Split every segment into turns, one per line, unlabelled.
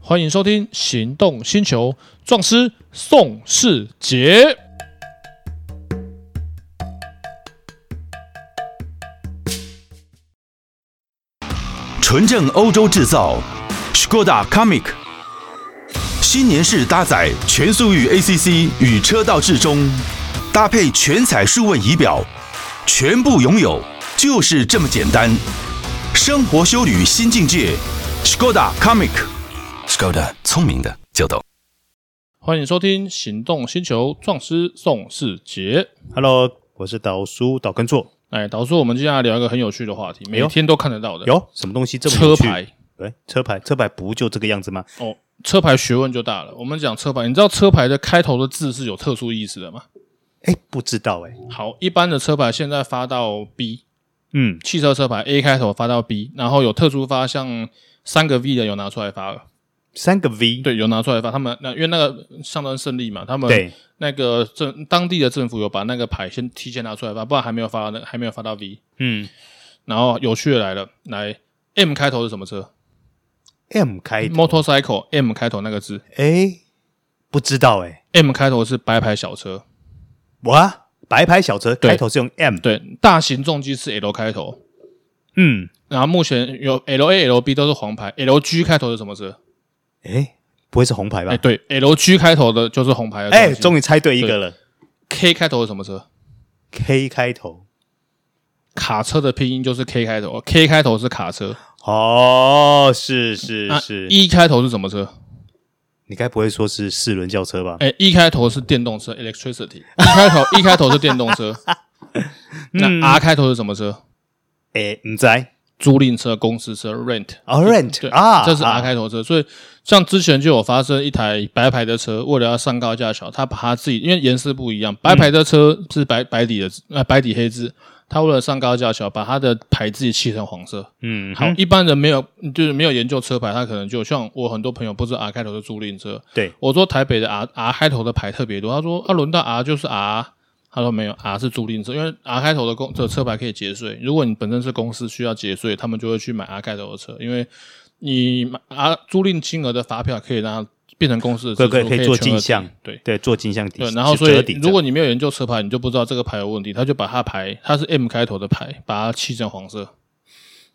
欢迎收听《行动星球》，壮师宋世杰。
纯正欧洲制造，Skoda Comic，新年式搭载全速域 ACC 与车道智中，搭配全彩数位仪表，全部拥有就是这么简单。生活修旅新境界，Skoda Comic，Skoda 聪明的就懂。
欢迎收听《行动星球》，壮师宋世杰。
Hello，我是导叔导根座，
哎，导叔，我们接下来聊一个很有趣的话题，每
呦
天都看得到的，
有什么东西这么
车
有趣
牌？
对，车牌，车牌不就这个样子吗？
哦。车牌学问就大了。我们讲车牌，你知道车牌的开头的字是有特殊意思的吗？
哎，不知道哎，
好，一般的车牌现在发到 B，
嗯，
汽车车牌 A 开头发到 B，然后有特殊发，像三个 V 的有拿出来发了，
三个 V，
对，有拿出来发。他们那因为那个象征胜利嘛，他们
对
那个政当地的政府有把那个牌先提前拿出来发，不然还没有发到那还没有发到 V。
嗯
然后有趣的来了，来 M 开头是什么车
，M 开头，
？Motorcycle M 开头那个字
哎，不知道哎，
，M 开头是白牌小车，
哇，白牌小车
对
开头是用 M，
对，大型重机是 L 开头。
嗯，
然后目前有 L A L B 都是黄牌，LG 开头是什么车？
哎，不会是红牌
哎、
吧？
对，LG 开头的就是红牌的东西。
哎，终于猜对一个了
K 开头是什么车？
，K 开头，
卡车的拼音就是 K 开头，K 开头是卡车。
哦，是是
那
是，
E 开头是什么车？
你该不会说是四轮轿车吧？
哎、e 开头是电动车，electricity。E 开头，E 开头是电动车。
嗯
那 R 开头是什么车？
哎，你猜
租赁车、公司车，rent。
，Orange
对
啊，
这是 R
啊
开头车，所以像之前就有发生一台白牌的车，为了要上高架桥，他把他自己因为颜色不一样，白
嗯
牌的车是白白底的，呃，白底黑字，他为了上高架桥，把他的牌自己漆成黄色。
嗯，
好，一般人没有就是没有研究车牌，他可能就像我很多朋友不知道 R 开头的租赁车，
对，
我说台北的 R R 开头的牌特别多，他说啊轮到 R 就是 R，他说没有 R 是租赁车，因为 R 开头的公这车牌可以节税，如果你本身是公司需要节税，他们就会去买 R 开头的车，因为你买 R 租赁金额的发票可以让它变成公司的支出，
可以可以
以
做
全额
进项
抵，对。
对，做金像底
对，，然后所
折
以
抵
如果
这样
你没有研究车牌，你就不知道这个牌有问题。他就把它牌，它是 M 开头的牌，把它漆成黄色。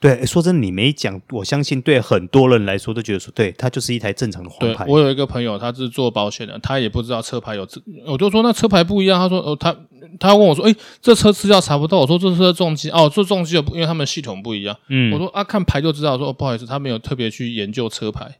对说真的，你没讲，我相信对很多人来说都觉得说，对，它就是一台正常的黄
对
牌，
我有一个朋友，他是做保险的，他也不知道车牌有字，我就说那车牌不一样。他说哦，他他问我说，哎、这车资料查不到。我说这车重机哦，这重机有不，因为他们系统不一样。
嗯
我说啊，看牌就知道。说、哦、不好意思，他没有特别去研究车牌。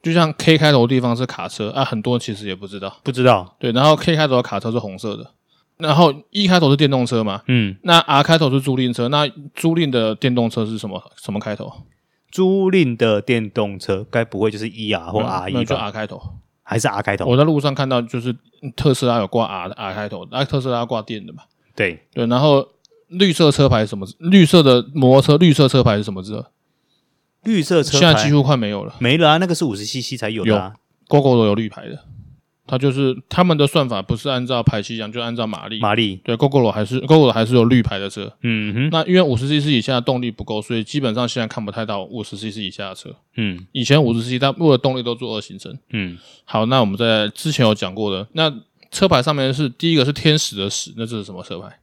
就像 K 开头的地方是卡车啊，很多人其实也不知道。
不知道，
对，然后 K 开头的卡车是红色的，然后 E 开头是电动车嘛，
嗯，
那 R 开头是租赁车，那租赁的电动车是什么什么开头？
租赁的电动车该不会就是 E R 或 R
嗯那
E
就
吧？
R 开头。
还是 R 开头？
我在路上看到就是特斯拉有挂 R 的 R 开头，那、特斯拉挂电的嘛。
对，
对，然后绿色车牌是什么？绿色的摩托车，绿色车牌是什么色？
绿色车
现
牌
在几乎快没有了。
没了啊，那个是五十 CC 才有的啊，
GoGo 都有绿牌的，它就是他们的算法不是按照排气量，就按照马力。
马力，
对，GoGo 还是 GoGo 还是有绿牌的车。
嗯哼，
那因为五十 CC 以下的动力不够，所以基本上现在看不太到五十 CC 以下的车。
嗯
以前五十 CC 但为了动力都做二行程。
嗯，
好，那我们在之前有讲过的，那车牌上面是第一个是天使的使，那这是什么车牌？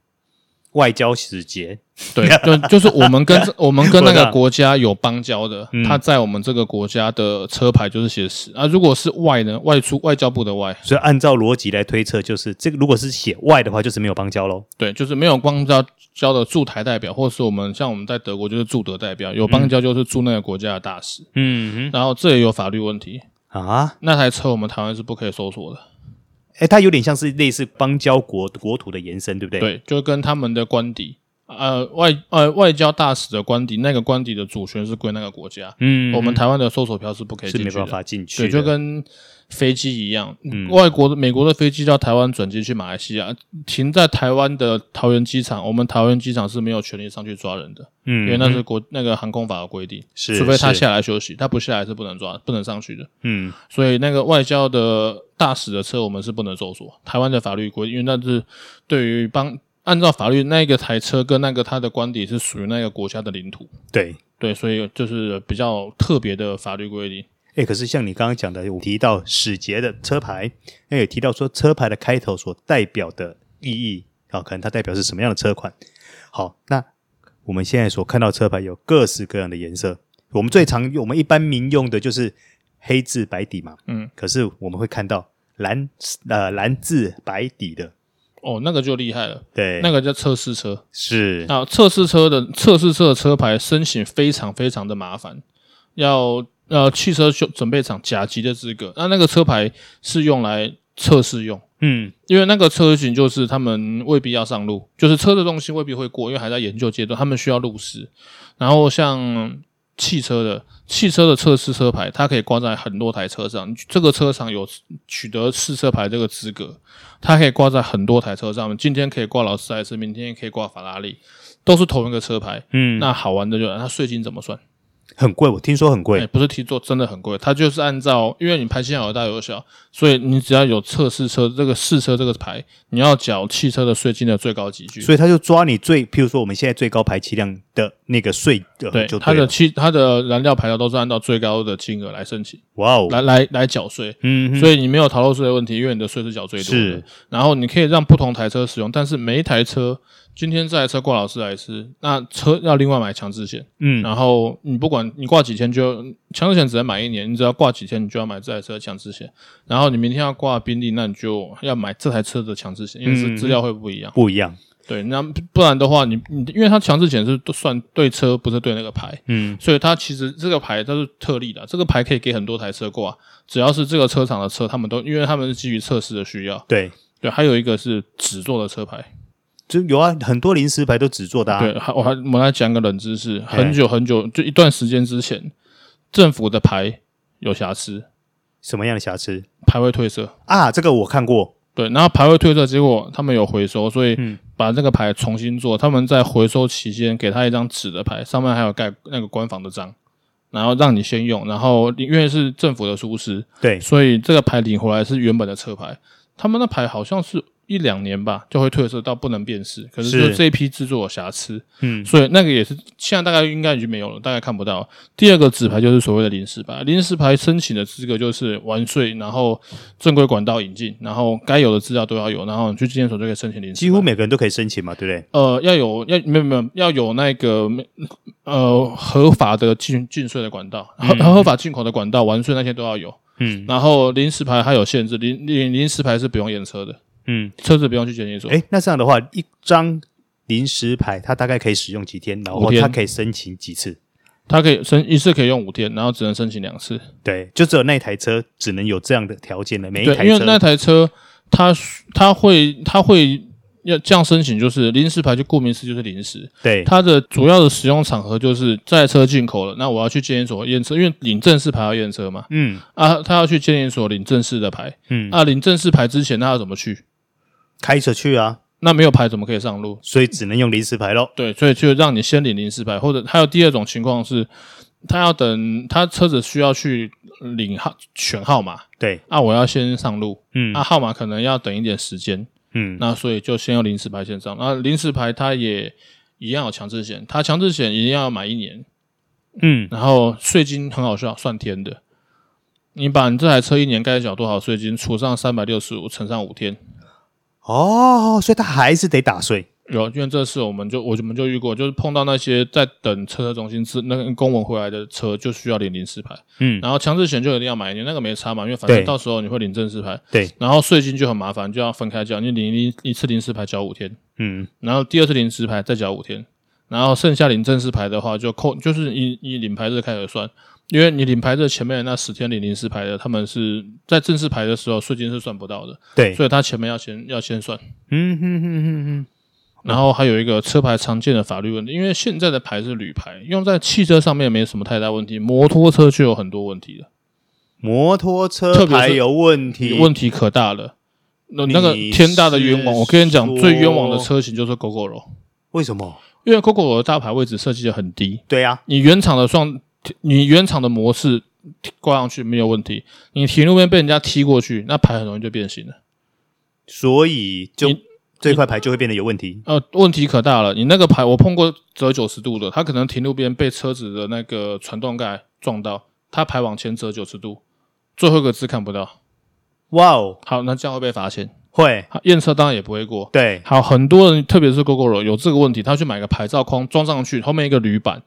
外交使节，
对，就就是我们跟我们跟那
我知
个
道嗯
国家有邦交的，他在我们这个国家的车牌就是写十啊。如果是外呢，外出外交部的外，
所以按照逻辑来推测，就是这个如果是写外的话，就是没有邦交喽。
对，就是没有邦交交的驻台代表，或是我们像我们在德国就是驻德代表，有邦交就是驻那个国家的大使。
嗯
然后这也有法律问题，
哼，啊，
那台车我们台湾是不可以搜索的，
哎，它有点像是类似邦交国国土的延伸，对不对？，
对，就跟他们的官邸。呃，外呃外交大使的官邸，那个官邸的主权是归那个国家。
嗯
我们台湾的搜索票是不可以
是
进
没
去的
办，法进去
对，
的，嗯
就跟飞机一样，外国的美国的飞机到台湾转机去马来西亚，停在台湾的桃园机场，我们桃园机场是没有权利上去抓人的，
嗯
因为那是国那个航空法的规定，
是
除非他
是
下来休息，他不下来是不能抓、不能上去的。
嗯
所以那个外交的大使的车，我们是不能搜索。台湾的法律规定，因为那是对于帮按照法律那个台车跟那个它的官邸是属于那个国家的领土，
对。
对，所以就是比较特别的法律规定。
哎，可是像你刚刚讲的，我提到使节的车牌，那也提到说车牌的开头所代表的意义啊、可能它代表是什么样的车款。好，那我们现在所看到的车牌有各式各样的颜色，我们最常我们一般民用的就是黑字白底嘛，
嗯，
可是我们会看到蓝呃蓝字白底的，
哦，那个就厉害了，
对，
那个叫测试车。
是
啊，测试车的测试车的车牌申请非常非常的麻烦，要呃汽车修准备厂甲级的资格。那那个车牌是用来测试用，
嗯
因为那个车型就是他们未必要上路，就是车的东西未必会过，因为还在研究阶段，他们需要路试。然后像汽车的汽车的测试车牌，它可以挂在很多台车上，这个车厂有取得试车牌这个资格，它可以挂在很多台车上。今天可以挂劳斯莱斯，明天也可以挂法拉利，都是同一个车牌。
嗯，
那好玩的就是它税金怎么算？
很贵，我听说很
哎
贵，
不是 T 座真的很贵，它就是按照，因为你排气量有大有小，所以你只要有测试车这个试车这个牌，你要缴汽车的税金的最高级距。
所以他就抓你最，譬如说我们现在最高排气量的那个税，呃
对
就，
它
了
的汽它的燃料牌照都是按照最高的金额来申请，
哇哦，
来来来缴税。
嗯哼，
所以你没有逃漏税的问题，因为你的税是缴最多的。
是，
然后你可以让不同台车使用，但是每一台车，今天这台车挂劳斯莱斯，那车要另外买强制险。
嗯，
然后你不管你挂几天就强制险只能买一年，你只要挂几天你就要买这台车的强制险。然后你明天要挂宾利，那你就要买这台车的强制险，因为
嗯
是资料会不一样。
不一样，
对，那不然的话你，你因为它强制险是算对车，不是对那个牌。
嗯，
所以它其实这个牌它是特例的，这个牌可以给很多台车挂，只要是这个车厂的车，他们都因为他们是基于测试的需要。
对，
对，还有一个是纸做的车牌，
就有啊，很多临时牌都只做的、啊，
对，还我还我来讲个冷知识，
哎
很久很久就一段时间之前，政府的牌有瑕疵，
什么样的瑕疵
牌位褪色。
啊？这个我看过，
对，然后牌位褪色，结果他们有回收，所以
嗯
把这个牌重新做。他们在回收期间给他一张纸的牌，上面还有盖那个官方的章，然后让你先用。然后因为是政府的疏失，
对，
所以这个牌领回来是原本的车牌。他们的牌好像是一两年吧，就会褪色到不能辨识。可是
是
就这一批制作有瑕疵，
嗯，
所以那个也是现在大概应该已经没有了，大概看不到。第二个纸牌就是所谓的临时牌，临时牌申请的资格就是完税，然后正规管道引进，然后该有的资料都要有，然后你去纪念所就可以申请临时牌。
几乎每个人都可以申请嘛，对不对？
呃要有要没有没有要有那个呃合法的进进税的管道，合合法进口的管道，完税那些都要有。
嗯
然后临时牌它有限制，临临临时牌是不用验车的，
嗯，
车子不用去检验所。
哎，那这样的话，一张临时牌它大概可以使用几天，然后
五天
它可以申请几次？
它可以申一次可以用五天，然后只能申请两次。
对，就只有那台车只能有这样的条件了，每一
对，
台
因
车
为那台车它它会它会要这样申请，就是临时牌就顾名思义就是临时，
对
它的主要的使用场合就是这台车进口了，那我要去检验所验车，因为领正式牌要验车嘛，
嗯
啊，他要去检验所领正式的牌，
嗯，
啊，领正式牌之前他要怎么去？
开车去啊，
那没有牌怎么可以上路？
所以只能用临时牌喽。
对，所以就让你先领临时牌，或者还有第二种情况是，他要等他车子需要去领号选号码，
对，
啊，我要先上路，
嗯
啊，号码可能要等一点时间，
嗯
那所以就先用临时牌先上。那临时牌它也一样有强制险，它强制险一定要买一年，
嗯，
然后税金很好笑，算天的。你把你这台车一年该缴多少税金，除上三百六十五，乘上五天，
哦，所以他还是得打税。
有，因为这次我们就我们就遇过，就是碰到那些在等车车中心之那个公文回来的车，就需要领临时牌，
嗯，
然后强制险就一定要买一年，那个没差嘛，因为反正
对
到时候你会领正式牌，
对，
然后税金就很麻烦，就要分开缴，你领一一次临时牌缴五天，
嗯
然后第二次临时牌再缴五天，然后剩下领正式牌的话就扣，就是以以领牌日开始算，因为你领牌日前面的那十天领临时牌的，他们是在正式牌的时候税金是算不到的，
对，
所以他前面要先要先算。
嗯哼哼哼哼，
然后还有一个车牌常见的法律问题，因为现在的牌是铝牌，用在汽车上面没什么太大问题，摩托车就有很多问题了，
摩托车
特别
牌
是
有问题，
问题可大了。那那个
你
天大的冤枉，我跟你讲，
是
最冤枉的
说
车型就是 GoGo 罗，
为什么？
因为 GoGo 罗的大牌位置设计的很低，
对啊，
你原厂的双，你原厂的模式挂上去没有问题，你停路边被人家踢过去，那牌很容易就变形了。
所以就
你
这块牌就会变得有问题。
呃，问题可大了。你那个牌，我碰过折九十度的，他可能停路边被车子的那个传动盖撞到，它排往前折九十度，最后一个字看不到。
哇哦，
好，那这样会被罚钱。
会，
好验车当然也不会过。
对，
好，很多人特别是 GoGoRo 有这个问题，他去买个牌照框装上去，后面一个铝板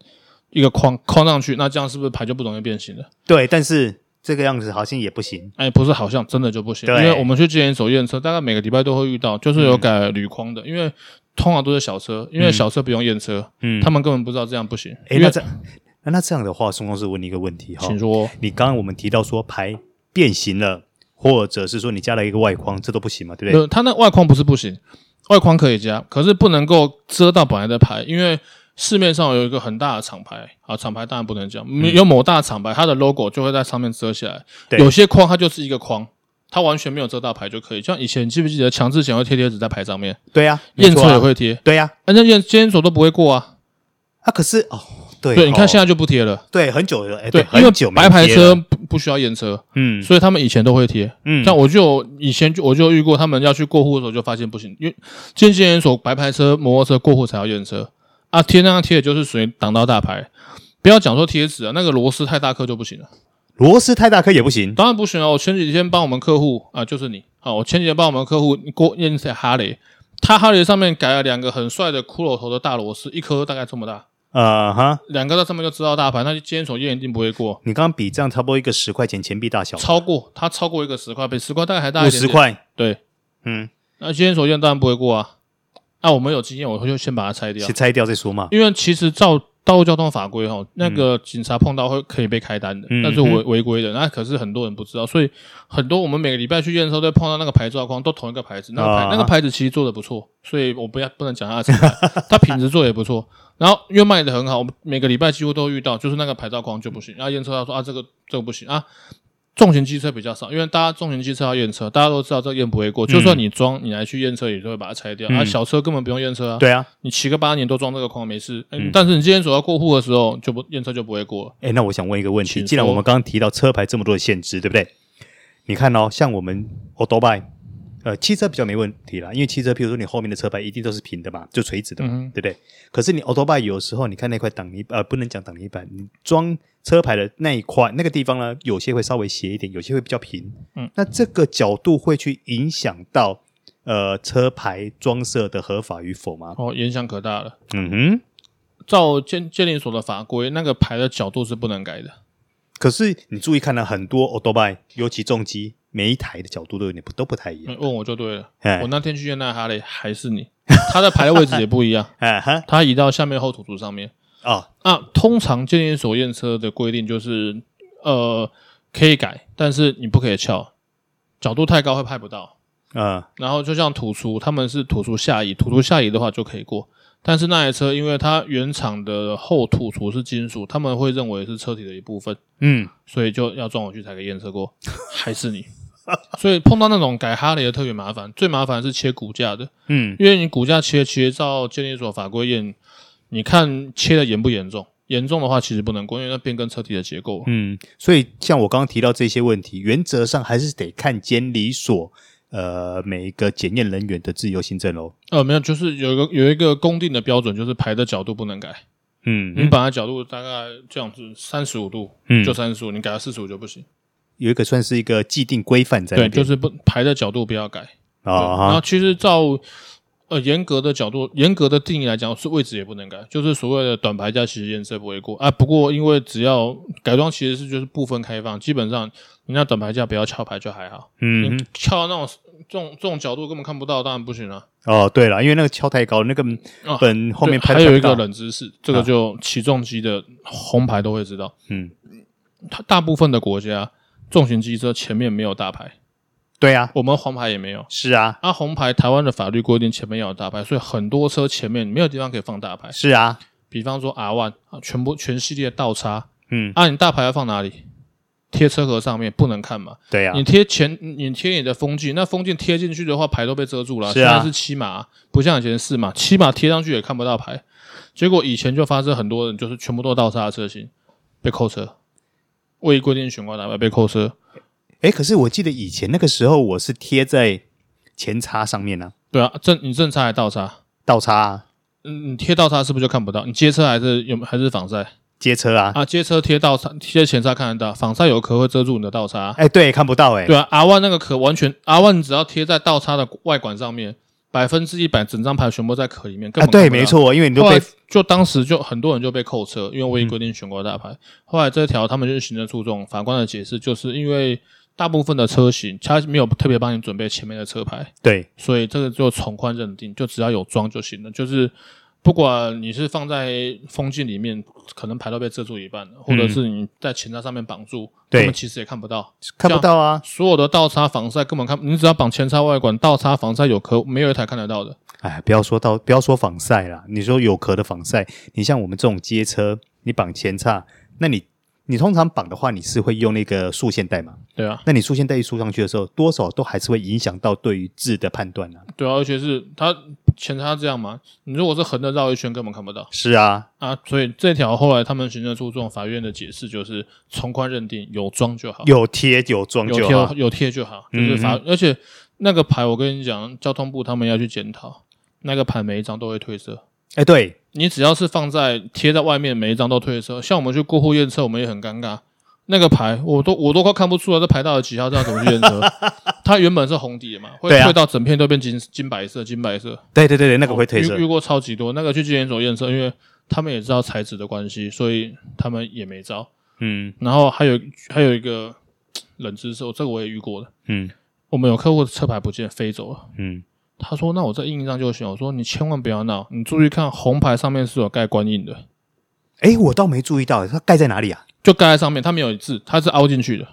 一个框框上去，那这样是不是牌就不容易变形了？
对，但是这个样子好像也不行。
哎，不是，好像真的就不行，因
对嗯
为我们去检验所验车，大概每个礼拜都会遇到，就是有改铝框的，因为通常都是小车，因为小车不用验车，
嗯
他，们根本不知道这样不行。
哎，
因
那
为
这那那这样的话，宋公司问你一个问题哈，
请说，哦
你刚刚我们提到说牌变形了，或者是说你加了一个外框，这都不行嘛，对不对？
呃，它那外框不是不行，外框可以加，可是不能够遮到本来的牌，因为市面上有一个很大的厂牌啊，厂牌当然不能讲，有某大厂牌它的 logo 就会在上面遮起来，
嗯对
有些框它就是一个框。它完全没有遮到牌就可以，像以前你记不记得强制险会贴贴纸在牌上面，
对呀，
验车
没错啊
也，会贴，
对呀，
人家验监所都不会过啊。
啊，可是哦，对，
对，你看现
在
在就不贴了，
对很久了，哎，
对，因
很久
为
没
白牌
贴
车
了，
不不需要验车，
嗯
所以他们以前都会贴。
嗯，
像我就有以前就我就遇过，他们要去过户的时候就发现不行，因为监检所白牌车、摩托车过户才要验车啊，贴那样贴的就是属于挡到大牌。不要讲说贴纸啊，那个螺丝太大颗就不行了，
螺丝太大颗也不行，
当然不行啊。我前几天帮我们客户啊，就是你啊，我前几天帮我们客户过验一台哈雷，他哈雷上面改了两个很帅的骷髅头的大螺丝，一颗大概这么大，
呃哈，
两个在上面就知道大牌，那监所验一定不会过。
你刚刚比这样差不多一个十块钱钱币大小，
超过它超过一个十块，比十块大概还大
五
一点
十
点。
块，
对，
嗯，
那今天所见当然不会过啊。那、我们有经验，我就先把它拆掉
先，拆掉再说嘛，
因为其实照道路交通法规哈，那个警察碰到会可以被开单的，
嗯
那是违违规的。那可是很多人不知道，所以很多我们每个礼拜去验的时候，都会碰到那个牌照框都同一个牌子，那个牌、
啊
那个牌子其实做的不错，所以我不要不能讲它的厂 牌，它品质做的也不错，然后因为卖的很好，我们每个礼拜几乎都遇到，就是那个牌照框就不行，然后验车要说啊这个这个不行啊。重型机车比较少，因为大家重型机车要验车，大家都知道这个验不会过。就算你装，你来去验车，也都会把它拆掉。
嗯
啊，小车根本不用验车啊。
对啊，
你骑个八年都装这个框没事，嗯
嗯
但是你今天所要过户的时候，就不验车就不会过了。
哎，那我想问一个问题，
请
既然
说
我们刚刚提到车牌这么多的限制，对不对？你看哦，像我们 o d o b i 呃，汽车比较没问题啦，因为汽车，譬如说你后面的车牌一定都是平的嘛，就垂直的嘛，
嗯
对不对？可是你 o d o b i 有时候你看那块挡泥，呃，不能讲挡泥板，你装车牌的那一块那个地方呢，有些会稍微斜一点，有些会比较平，
嗯，
那这个角度会去影响到呃车牌装设的合法与否吗？
哦，影响可大了。
嗯哼。
照鉴鉴定所的法规，那个牌的角度是不能改的。
可是你注意看了很多 o d o b i 尤其重机，每一台的角度都有点不都不太一样。
嗯问我就对了。
哎
我那天去验那哈雷还是你，它的牌的位置也不一样，
哎哈
它移到下面后土柱上面。
哦，
啊，通常鉴定所验车的规定就是，呃，可以改，但是你不可以翘，角度太高会拍不到。
嗯
然后就像土厨，他们是土厨下移，土厨下移的话就可以过。但是那台车，因为它原厂的后土厨是金属，他们会认为是车体的一部分，
嗯，
所以就要撞回去才可以验车过，还是 你。所以碰到那种改哈雷的特别麻烦，最麻烦是切骨架的，
嗯，
因为你骨架切切照鉴定所法规验，你看切的严不严重？严重的话其实不能过，因为那变更车体的结构。
嗯，所以像我刚刚提到这些问题，原则上还是得看监理所呃每一个检验人员的自由行政喽。
呃，没有，就是有一个有一个公定的标准，就是牌的角度不能改。
嗯
你把它角度大概这样子三十五度，
嗯
就三十五，你改到四十五就不行。
有一个算是一个既定规范在那
对，就
边
是不牌的角度不要改。对然后
啊哈，
其实照呃严格的角度、严格的定义来讲，是位置也不能改，就是所谓的短牌价其实验车不会过啊。不过因为只要改装其实是就是部分开放，基本上你那短牌价不要翘牌就还好。
嗯
你翘到那种这种这种角度根本看不到，当然不行啊。
哦，对了，因为那个敲太高，那个
啊
本后面
对
拍
还有一
不到
个冷知识，这个
啊
就起重机的红牌都会知道。
嗯，
它大部分的国家重型机车前面没有大牌，
对啊，
我们黄牌也没有。
是啊，
啊，红牌台湾的法律规定前面要有大牌，所以很多车前面没有地方可以放大牌。
是啊，
比方说 R One 啊，全部全系列倒插，
嗯，
啊，你大牌要放哪里？贴车壳上面不能看嘛？
对啊
你，贴前，你贴你的风镜，那风镜贴进去的话，牌都被遮住了。
是
现
啊
在是七码，不像以前四码，七码贴上去也看不到牌。结果以前就发生很多人就是全部都倒插的车型被扣车，未依规定悬挂打牌被扣车。
哎，可是我记得以前那个时候，我是贴在前叉上面呢、
对啊，正你正插还倒插，
倒叉、啊。
嗯，你贴倒插是不是就看不到？你接车还是有还是防晒？
街车啊，
啊，街车贴倒插贴前刹看得到，仿赛有壳会遮住你的倒插。
哎、对，看不到哎、
对啊，R one 那个壳完全，R one 只要贴在倒插的外管上面，百分之一百整张牌全部在壳里面。根本
啊，
看
对，
不到
没。错，因为你都
后来
被嗯
就当时就很多人就被扣车，因为未规定悬挂大牌。后来这条他们就是行政诉讼，法官的解释就是因为大部分的车型他没有特别帮你准备前面的车牌，
对
所以这个就从宽认定，就只要有装就行了。就是不管你是放在风镜里面，可能牌都被遮住一半了，或者是你在前叉上面绑住，
对
他们其实也看不到。
看不到啊，
所有的倒插防晒根本看，你只要绑前叉外管，倒插防晒有壳，没有一台看得到的。
哎，不要说到，不要说仿赛啦，你说有壳的仿赛，你像我们这种街车，你绑前叉，那你你通常绑的话，你是会用那个束线带嘛？
对啊，
那你束线带一束上去的时候，多少都还是会影响到对于字的判断啊。
对啊，而且是它前叉这样嘛，你如果是横着绕一圈，根本看不到
是啊，
啊。所以这条后来他们行政诉讼法院的解释就是从宽认定，有装就好。
有贴有装
有
就
贴
好。
有贴就好，
嗯
就是法，而且那个牌我跟你讲，交通部他们要去检讨，那个牌每一张都会褪色。
哎，对，
你只要是放在贴在外面，每一张都褪色。像我们去过户验车，我们也很尴尬。那个牌我都我都快看不出来，这牌到底几号，这样怎么去验 车？它原本是红底的嘛，会
对啊
褪到整片都变金金白色，金白色。
对对对对，那个
哦
会褪色
遇遇。过超级多。那个去纪检所验车，因为他们也知道材质的关系，所以他们也没招。
嗯
然后还有还有一个冷知识，我这个我也遇过的。
嗯
我们有客户的车牌不见飞走了，
嗯，
他说：“那我再印一张就行。”我说：“你千万不要闹，你注意看红牌上面是有盖官印的，
哎，我倒没注意到，它盖在哪里啊？
就盖在上面，它没有字，它是凹进去的，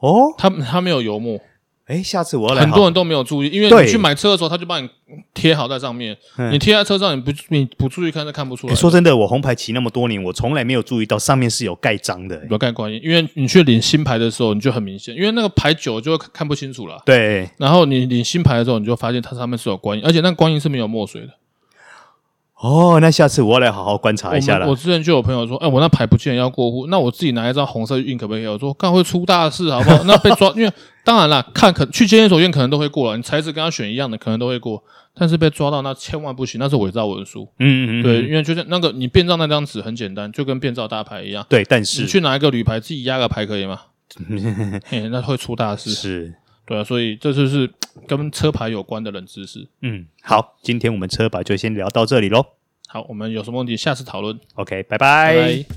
哦，
它它没有油墨，
哎，下次我要来
很
好。
多人都没有注意，因为
对
你去买车的时候，他就帮你贴好在上面，
嗯
你贴在车上，你不你不注意看是看不出来
诶
的，
哎说真的，我红牌骑那么多年，我从来没有注意到上面是有盖章的、诶哎
有盖官印，因为你去领新牌的时候，你就很明显，因为那个牌久了就会看不清楚了。”
对，
然后你领新牌的时候，你就发现它上面是有官印，而且那个官印是没有墨水的。
哦，那下次我要来好好观察一下
我们我
了。
之前就有朋友说，哎、我那牌不见了要过户，那我自己拿一张红色印可不可以？我说，干会出大事，好不 好？那被抓，因为当然啦，看可去监所院可能都会过了，你材质跟他选一样的可能都会过，但是被抓到那千万不行，那是伪造文书。
嗯嗯嗯，
对，因为就是那个你变造那张纸很简单，就跟变造大牌一样，
对，但
你
是
去拿一个铝牌自己压个牌可以吗？嘿，那会出大事。
是
对啊，所以这就是跟车牌有关的冷知识。
嗯，好，今天我们车把就先聊到这里喽。
好，我们有什么问题下次讨论。
OK，
拜
拜拜
拜。